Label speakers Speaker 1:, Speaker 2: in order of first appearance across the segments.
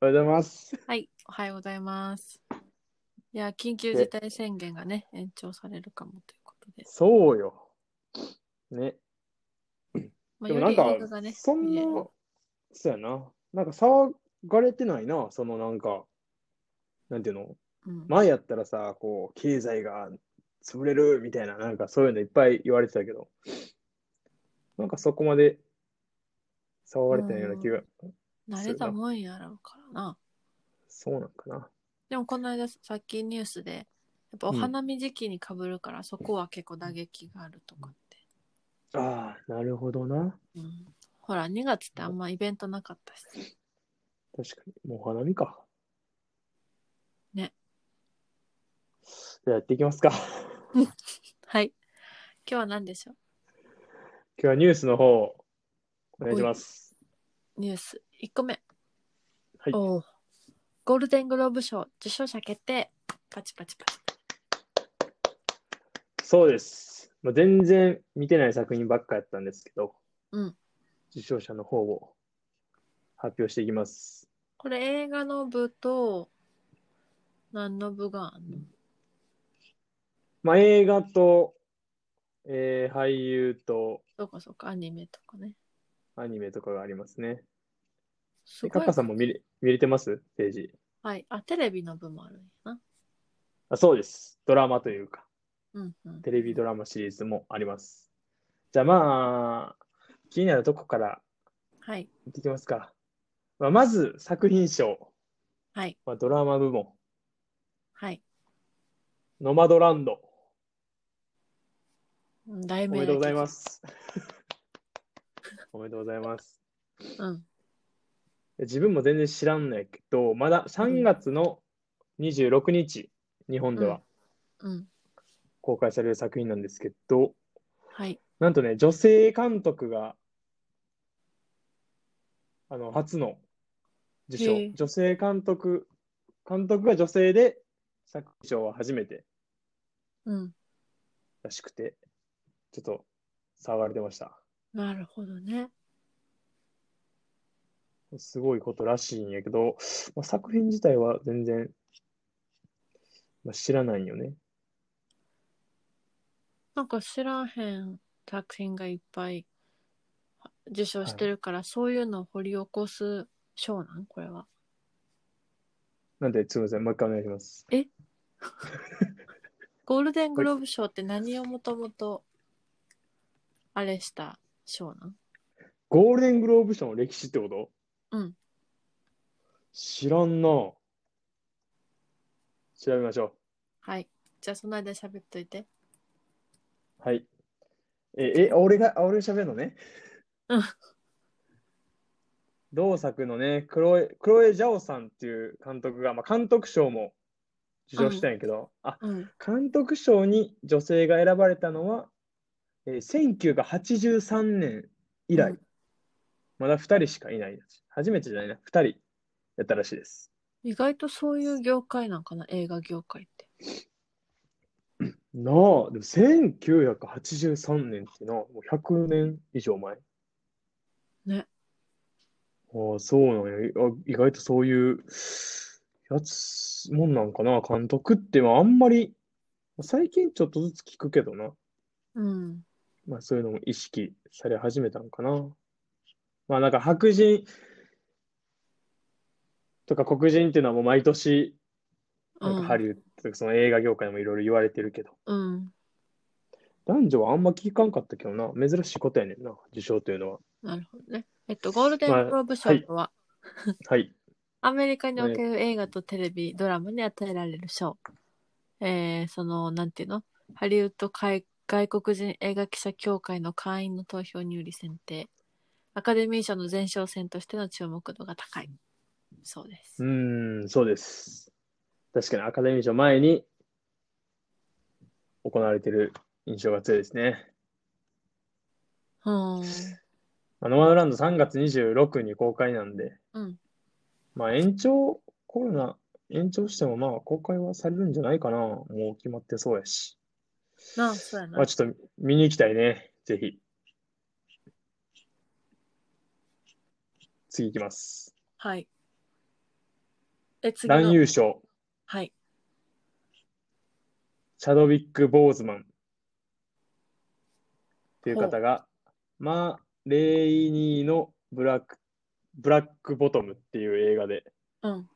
Speaker 1: おはようございます。
Speaker 2: はい、おはようございます。いや、緊急事態宣言がね、延長されるかもということで。
Speaker 1: そうよ。ね。
Speaker 2: まあ、
Speaker 1: でもなん
Speaker 2: より
Speaker 1: か
Speaker 2: 映画が、ね、
Speaker 1: そん
Speaker 2: 見
Speaker 1: な
Speaker 2: れる、
Speaker 1: そうやな。なんか騒がれてないな、そのなんか、なんていうの
Speaker 2: うん
Speaker 1: 前やったらさ、こう、経済が潰れるみたいな、なんかそういうのいっぱい言われてたけど、なんかそこまで騒がれてないような気が、
Speaker 2: 慣れたもんやろうからな。
Speaker 1: そうなんかな。
Speaker 2: でも、この間、さっきニュースで、やっぱお花見時期にかぶるから、そこは結構打撃があるとかって。
Speaker 1: ああ、なるほどな。
Speaker 2: うん、ほら、2月ってあんまイベントなかったし。
Speaker 1: 確かに。もう花見か。
Speaker 2: ね。
Speaker 1: じゃあやっていきますか。
Speaker 2: はい。今日は何でしょう
Speaker 1: 今日はニュースの方、お願いします。
Speaker 2: ニュース1個目。
Speaker 1: はい
Speaker 2: おうゴールデングローブ賞受賞者決定。パチパチパチ。
Speaker 1: そうです。まあ、全然見てない作品ばっかやったんですけど、
Speaker 2: うん
Speaker 1: 受賞者の方を発表していきます。
Speaker 2: これ映画の部と何の部があんの
Speaker 1: まあ、映画と、えー俳優と
Speaker 2: そうかそうかアニメとかね。
Speaker 1: アニメとかがありますね。
Speaker 2: す
Speaker 1: で
Speaker 2: ご
Speaker 1: カッ
Speaker 2: い
Speaker 1: カ。さんも見れ見れてますページ。
Speaker 2: はい。あ、テレビの部もあるんやな。
Speaker 1: あそうです。ドラマというか、
Speaker 2: うんうん。
Speaker 1: テレビドラマシリーズもあります。じゃあまあ、気になるとこから
Speaker 2: はい。
Speaker 1: 見ていきますか。まあ、まず作品賞、
Speaker 2: はい。
Speaker 1: まあ、ドラマ部門。
Speaker 2: はい。
Speaker 1: ノマドランド。
Speaker 2: うん題
Speaker 1: おめ
Speaker 2: 名。
Speaker 1: でとうございますす。おめでとうございます。
Speaker 2: うん。
Speaker 1: 自分も全然知らんのやけど、まだ3月の26日、日本では
Speaker 2: うん。
Speaker 1: 公開される作品なんですけど、
Speaker 2: はい。
Speaker 1: なんとね、女性監督が、あの、初の受
Speaker 2: へ
Speaker 1: 賞
Speaker 2: え。
Speaker 1: 女性監督、監督が女性で作品賞は初めて
Speaker 2: うん。
Speaker 1: らしくて、ちょっと騒がれてました。
Speaker 2: なるほどね。
Speaker 1: すごいことらしいんやけど、まあ、作品自体は全然、まあ、知らないよね。
Speaker 2: なんか知らへん作品がいっぱい受賞してるから、そういうのを掘り起こす賞なんこれは。
Speaker 1: なんで、すみません、もう一回お願いします。
Speaker 2: ゴールデングローブ賞って何をもともとあれした賞なん
Speaker 1: ゴールデングローブ賞の歴史ってこと
Speaker 2: うん。
Speaker 1: 知らんな。調べましょ
Speaker 2: はい。じゃあその間喋っといて。
Speaker 1: う。はい。え、え、俺が、あ俺が喋るのね。
Speaker 2: うん。
Speaker 1: 同作のね、クロエ、クロエ・ジャオさんっていう監督が、まあ、監督賞も受賞したんやけど、あ、
Speaker 2: うん。
Speaker 1: 監督賞に女性が選ばれたのは、えー、1983年以来、
Speaker 2: うん
Speaker 1: まだ2人しかいないやつ。初めてじゃないな、2人やったらしいです。
Speaker 2: 意外とそういう業界なんかな映画業界って。
Speaker 1: なあ、でも1983年ってな、もう100年以上前。
Speaker 2: ね。
Speaker 1: ああ、そうなんや。あ意外とそういうやつ、もんなんかな、監督って、まああんまり、最近ちょっとずつ聞くけどな。
Speaker 2: うん。
Speaker 1: まあそういうのも意識され始めたのかな。まあなんか白人とか黒人っていうのはもう毎年、
Speaker 2: う
Speaker 1: なんかハ
Speaker 2: ん。
Speaker 1: リウッドとかその映画業界でもいろいろ言われてるけど、
Speaker 2: うん、
Speaker 1: 男女はあんま聞かんかったけどな、珍しいことやねんな、受賞というのは。
Speaker 2: なるほどね。えっと、ゴールデングローブ賞とは、
Speaker 1: はい。
Speaker 2: アメリカにおける映画とテレビ、ドラマに与えられる賞。えー、その、なんていうのハリウッド海外国人映画記者協会の会員の投票により選定。アカデミー賞の前哨戦としての注目度が高い。そうで
Speaker 1: う
Speaker 2: す。
Speaker 1: ーん、そうです。確かにアカデミー賞前に行われてる印象が強いですね。
Speaker 2: うん。
Speaker 1: まあノマドランド3月26に公開なんで、
Speaker 2: うん。
Speaker 1: まあ延長、コロナ延長してもまあ公開はされるんじゃないかな。もう決まってそうやし。
Speaker 2: なあ、そうや
Speaker 1: ま
Speaker 2: な
Speaker 1: あ。ちょっと見に行きたいね。ぜひ。次行きます。
Speaker 2: はい。え、次
Speaker 1: 男優
Speaker 2: の。
Speaker 1: 賞、
Speaker 2: はい。
Speaker 1: チャドウィック・ボーズマンっていう方が、マレイニーのブラック、ブラックボトムっていう映画で、
Speaker 2: うん。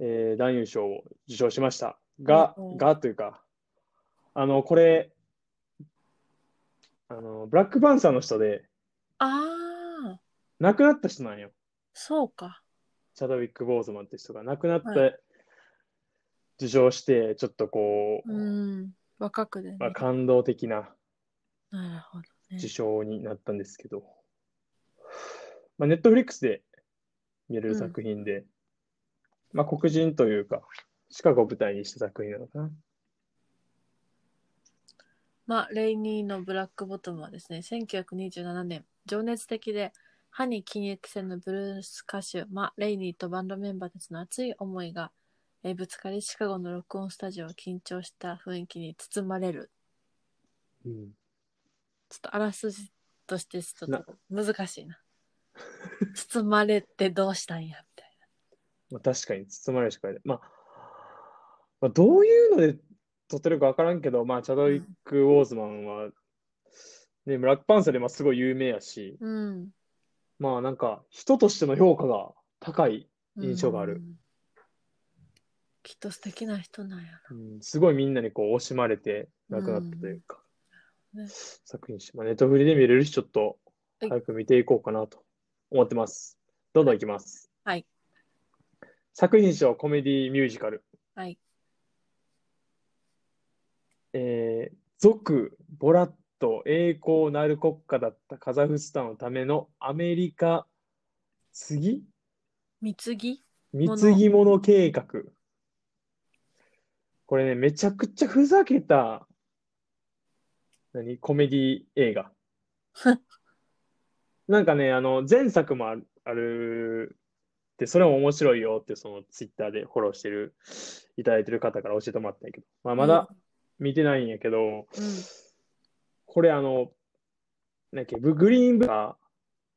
Speaker 1: えー男優賞を受賞しました。が
Speaker 2: うんう、ん
Speaker 1: がというか、あの、これ、あの、ブラックパンサーの人で、
Speaker 2: ああ、
Speaker 1: 亡くなった人なんよ。
Speaker 2: そうか。
Speaker 1: チャドウィック・ボーズマンって人が亡くなった
Speaker 2: は
Speaker 1: 受賞して、ちょっとこう、
Speaker 2: うん。若くでね。
Speaker 1: まあ、感動的な
Speaker 2: なるほどね
Speaker 1: 受。賞になったんですけど、まあ、ネットフリックスで見れる作品で、まあ、黒人というか、シカゴを舞台にした作品なのかな。
Speaker 2: まあ、レイニーのブラックボトムはですね、1927年、情熱的で歯に禁液腺のブルース歌手、マ・レイニーとバンドメンバーたちの熱い思いが、えーぶつかりシカゴの録音スタジオは緊張した雰囲気に包まれる。
Speaker 1: うん、
Speaker 2: ちょっとあらすじとしてちょっ
Speaker 1: な
Speaker 2: と難しいな。包まれてどうしたんや、みたい
Speaker 1: まあ、確かに包まれるしかない。まあ、まあ、どういうので撮ってるかわからんけど、まあ、チャドウィック・ウォーズマンは、ね、ブラックパンサーでまあすごい有名やし、
Speaker 2: な。うん。
Speaker 1: まあなんか人としての評価が高い、印象がある
Speaker 2: うん。きっと素敵な人なんや
Speaker 1: うんすごいみんなにこう惜しまれて亡くなったというか、
Speaker 2: うんね
Speaker 1: 作品集、まあ、ネットフリで見れるし、ちょっと
Speaker 2: はい
Speaker 1: 早く見ていこうかなと思ってます。どんどんいきます。
Speaker 2: はい。
Speaker 1: 作品賞コメディミュージカル、
Speaker 2: な。はい。
Speaker 1: えー、族ボラット栄光なる国家だったカザフスタンのためのアメリカ次
Speaker 2: 貢ぎ
Speaker 1: 貢ぎ物計画。これね、めちゃくちゃふざけた、何コメディ映画。なんかね、あの、前作もある、あるで、それも面白いよって、そのツイッターでフォローしてる、いただいてる方から教えてもらったんやけど、まあ、まだ見てないんやけど、
Speaker 2: う
Speaker 1: これあの、なんやっけ、ブグリーンブが、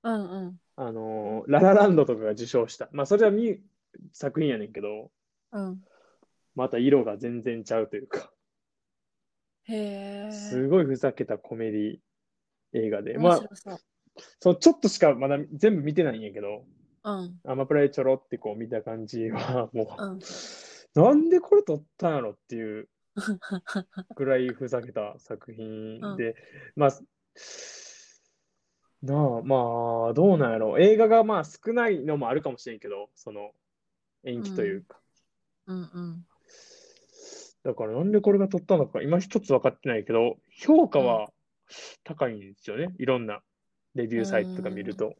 Speaker 2: ん。うんうん。
Speaker 1: あの、ララランドとかが受賞した。まあ、それは見、作品やねんけど、
Speaker 2: うん。
Speaker 1: また色が全然ちゃうというか、
Speaker 2: へえ。
Speaker 1: すごいふざけたコメディ映画で、ま
Speaker 2: 面
Speaker 1: あ、
Speaker 2: 白そう。
Speaker 1: そうちょっとしかまだ全部見てないんやけど、
Speaker 2: うん。
Speaker 1: アマプラでちょろってこう見た感じは、も
Speaker 2: うん。
Speaker 1: う、なんでこれ撮ったんやろっていうぐらいふざけた作品で、まあ、なあ、まあ、どうなんやろ映画がまあ少ないのもあるかもしれんけど、その延期というか。
Speaker 2: うんうん。
Speaker 1: だからなんでこれが取ったのか、今一つ分かってないけど、評価は高いんですよね。いろんなレビューサイトとか見ると。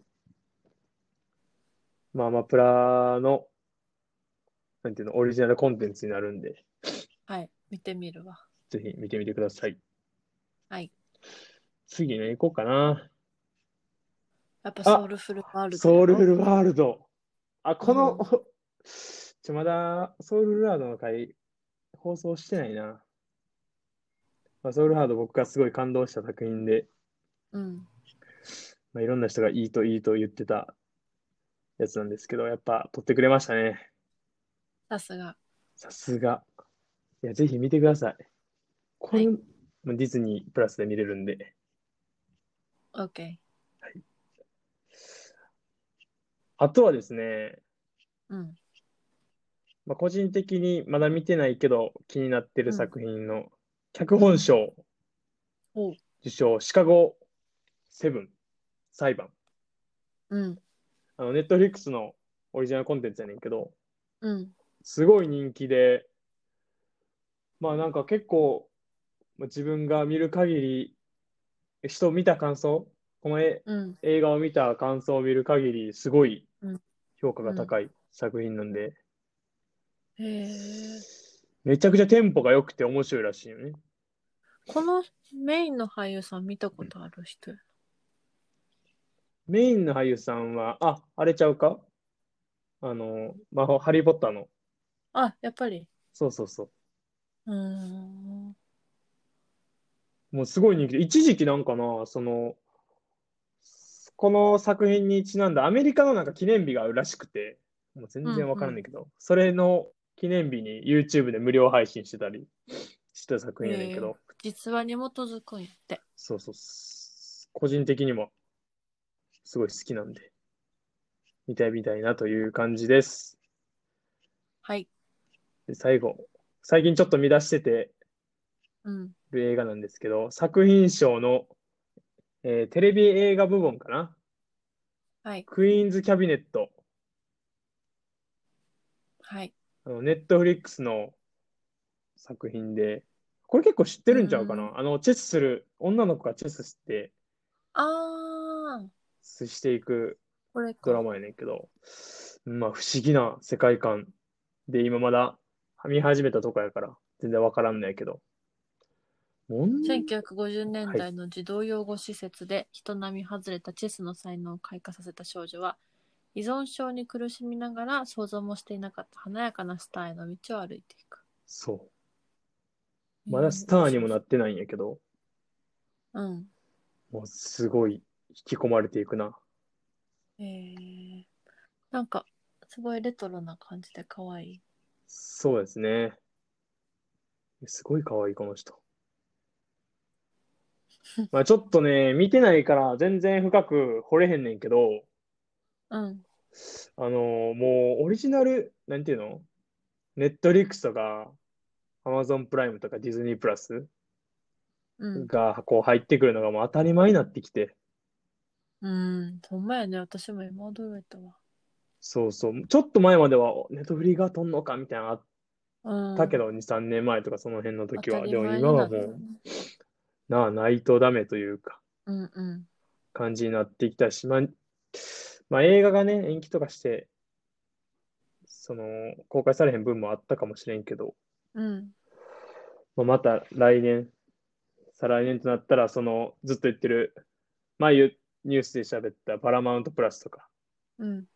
Speaker 1: まあ、アマプラの、なんていうの、オリジナルコンテンツになるんで、
Speaker 2: はい。見てみるわ。
Speaker 1: ぜひ見てみてください。
Speaker 2: はい。
Speaker 1: 次ね、行こうかな。
Speaker 2: やっぱソウルフルワールド。
Speaker 1: ソウルフルワールド。あ、この、
Speaker 2: うん
Speaker 1: ちょ、まだ、ソウルフルワールドの回、放送してないな。まあ、ソウルフルワールド僕がすごい感動した作品で、
Speaker 2: うん。
Speaker 1: まあ、いろんな人がいいといいと言ってたやつなんですけど、やっぱ撮ってくれましたね。
Speaker 2: さすが。
Speaker 1: さすが。いや、ぜひ見てください。これ、
Speaker 2: は
Speaker 1: まあディズニープラスで見れるんで。
Speaker 2: OK。
Speaker 1: あとはですね、
Speaker 2: うん。
Speaker 1: まあ、個人的にまだ見てないけど気になってる作品の脚本賞
Speaker 2: おう。
Speaker 1: 受賞、シカゴセブン裁判。
Speaker 2: うん。
Speaker 1: あの、ネットフリックスのオリジナルコンテンツやねんけど、
Speaker 2: うん。
Speaker 1: すごい人気で、まあなんか結構、まあ自分が見る限り、人を見た感想、この絵、
Speaker 2: うん。
Speaker 1: 映画を見た感想を見る限り、すごい
Speaker 2: うん
Speaker 1: 評価が高い作品なんで、
Speaker 2: へえ。
Speaker 1: めちゃくちゃテンポが良くて面白いらしいよね。
Speaker 2: このメインの俳優さん見たことある人。
Speaker 1: メインの俳優さんは、あ、あれちゃうかあの、まあ、ハリー・ポッターの、
Speaker 2: あ、やっぱり。
Speaker 1: そうそうそう
Speaker 2: ーん。
Speaker 1: う、もうすごい人気で、一時期なんかな、その、この作品にちなんだアメリカのなんか記念日があるらしくて、もう全然わからないけど、それの記念日に YouTube で無料配信してたりしてた作品やねんけど、
Speaker 2: へえ実話に基づくんやって。
Speaker 1: そうそうす。個人的にもすごい好きなんで、見たい見たいなという感じです。
Speaker 2: はい。
Speaker 1: で、最後、最近ちょっと見出してて
Speaker 2: うん。
Speaker 1: る映画なんですけど、作品賞の、えーテレビ映画部門かな
Speaker 2: はい。
Speaker 1: クイーンズキャビネット。
Speaker 2: はい。
Speaker 1: あの、ネットフリックスの作品で、これ結構知ってるんちゃうかな、
Speaker 2: う
Speaker 1: あの、チェスする、女の子がチェスして、
Speaker 2: あー、
Speaker 1: していく
Speaker 2: これか
Speaker 1: ドラマやねんけど、まあ不思議な世界観で今まだ見始めたとこやから全然わからんのやけど。もん
Speaker 2: 1950年
Speaker 1: は
Speaker 2: 代の児童養護施設で人並み外れたチェスの才能を開花させた少女は依存症に苦しみながら想像もしていなかった華やかなスターへの道を歩いていく。
Speaker 1: そう。まだスターにもなってないんやけど、
Speaker 2: うん。
Speaker 1: もうすごい引き込まれていくな。
Speaker 2: えー、なんかすごいレトロな感じで可愛い。
Speaker 1: そうですね。すごい可愛いこの 人。まあちょっとね、見てないから全然深く掘れへんねんけど、
Speaker 2: う
Speaker 1: あ
Speaker 2: ん。
Speaker 1: のーもうオリジナル、なんていうのネットリックスとか、アマゾンプライムとかディズニープラス
Speaker 2: うん。
Speaker 1: がこう入ってくるのがもう当たり前になってきて、
Speaker 2: うん。ほんまやね。私も今驚いたわ。
Speaker 1: そうそう、ちょっと前まではおネットフリがとんのかみたいなのあっ
Speaker 2: うん。
Speaker 1: たけど、2、3年前とかその辺の時は、
Speaker 2: 当た
Speaker 1: で
Speaker 2: り
Speaker 1: も
Speaker 2: 前に
Speaker 1: 今
Speaker 2: な
Speaker 1: は
Speaker 2: ったね
Speaker 1: もう、なあ、ないとダメというか、
Speaker 2: うんうん。
Speaker 1: 感じになってきたし、まあ、まあ、映画がね、延期とかして、その、公開されへん分もあったかもしれんけど、
Speaker 2: うん。
Speaker 1: まあ、また来年、再来年となったら、そのずっと言ってる、前ゆニュースで喋ったパラマウントプラスとか、
Speaker 2: うん。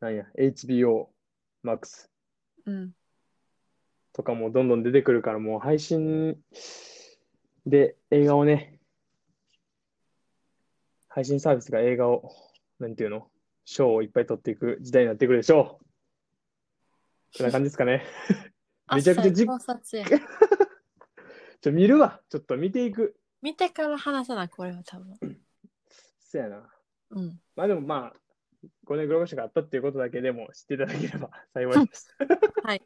Speaker 1: なんや、HBO、MAX
Speaker 2: うん。
Speaker 1: とかもどんどん出てくるから、もう配信で映画をね、配信サービスが映画を、なんていうの、賞をいっぱい取っていく時代になってくるでしょう。そんな感じですかね。めちゃくちゃじ
Speaker 2: あ考察や
Speaker 1: ちょ、見るわ。ちょっと見ていく。
Speaker 2: 見てから話さない、これは多分。
Speaker 1: そやな。
Speaker 2: うん。
Speaker 1: まあでもまあ、5年グローバル社があったっていうことだけでも知っていただければ 幸いです。
Speaker 2: はい。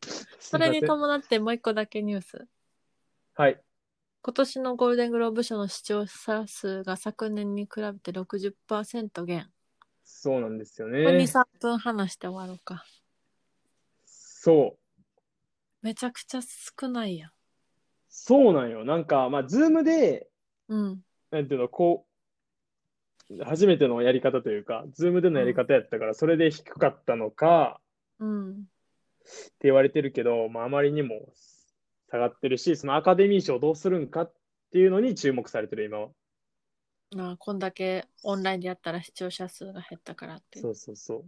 Speaker 1: そ
Speaker 2: それに伴ってもう一個だけニュース。
Speaker 1: はい。
Speaker 2: 今年のゴールデングローブ賞の視聴者数が昨年に比べて60%減。
Speaker 1: そうなんですよ
Speaker 2: これ
Speaker 1: ね
Speaker 2: 2、。3分話して終わろうか。
Speaker 1: そう。
Speaker 2: めちゃくちゃ少ないやん。
Speaker 1: そうなんよ。なんか、まあ、ズームで、
Speaker 2: うん。
Speaker 1: なんていうの、こう、初めてのやり方というか、ズームでのやり方やったから、それで低かったのか
Speaker 2: うん。
Speaker 1: って言われてるけど、まあ、あまりにも下がってるし、そのアカデミー賞どうするんかっていうのに注目されてる、今は。
Speaker 2: まあ、こんだけオンラインでやったら視聴者数が減ったからっていう。
Speaker 1: そうそうそう。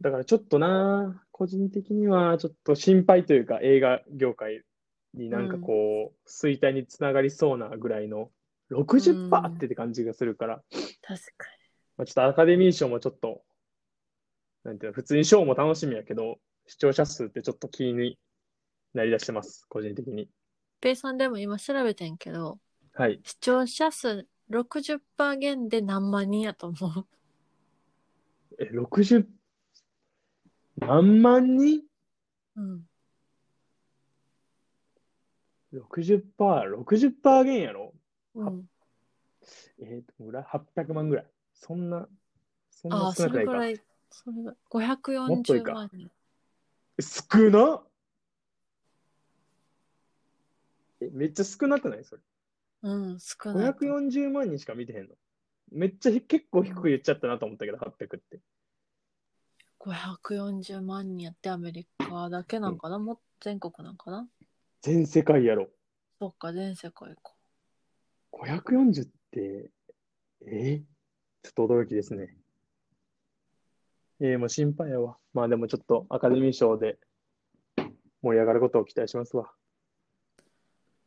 Speaker 1: だからちょっとな、個人的にはちょっと心配というか、映画業界になんかこう、衰退につながりそうなぐらいの60%ってって感じがするから、
Speaker 2: 確か
Speaker 1: まあ、ちょっとアカデミー賞もちょっと、なんていうの、普通に賞も楽しみやけど、視聴者数ってちょっと気になりだしてます、個人的に。
Speaker 2: に。ペイさんでも今調べてんけど、
Speaker 1: はい。
Speaker 2: 視聴者数60%減で何万人やと思う。
Speaker 1: え、60、何万人
Speaker 2: うん。
Speaker 1: ?60%、60%減やろ
Speaker 2: うん。
Speaker 1: えー、と、ぐらい ?800 万ぐらい。そんな、そん
Speaker 2: あ
Speaker 1: な
Speaker 2: あ、
Speaker 1: 少
Speaker 2: そ
Speaker 1: なくな
Speaker 2: れ
Speaker 1: い
Speaker 2: ぐ
Speaker 1: か。
Speaker 2: らい、それぐらい、
Speaker 1: もっといい
Speaker 2: 540
Speaker 1: か
Speaker 2: 万人。
Speaker 1: 少なえ、めっちゃ少なくないそれ。
Speaker 2: うん、少ない。
Speaker 1: 540万人しか見てへんの。めっちゃひ結構低く言っちゃったなと思ったけど、800って。
Speaker 2: 540万人やって、アメリカだけなんかな、もっ全国なんかな。
Speaker 1: 全世界やろ。
Speaker 2: そっか、全世界か。
Speaker 1: 540って、えーちょっと驚きですね。えー、もう心配やわ。まあでもちょっとアカデミー賞で盛り上がることを期待しますわ。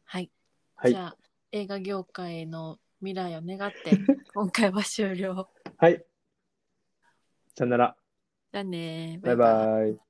Speaker 2: はい。
Speaker 1: はい
Speaker 2: じ。ゃあ、映画 業界の未来を願って、今回は終了。
Speaker 1: はい。さよなら。
Speaker 2: じゃあね
Speaker 1: バイバイ。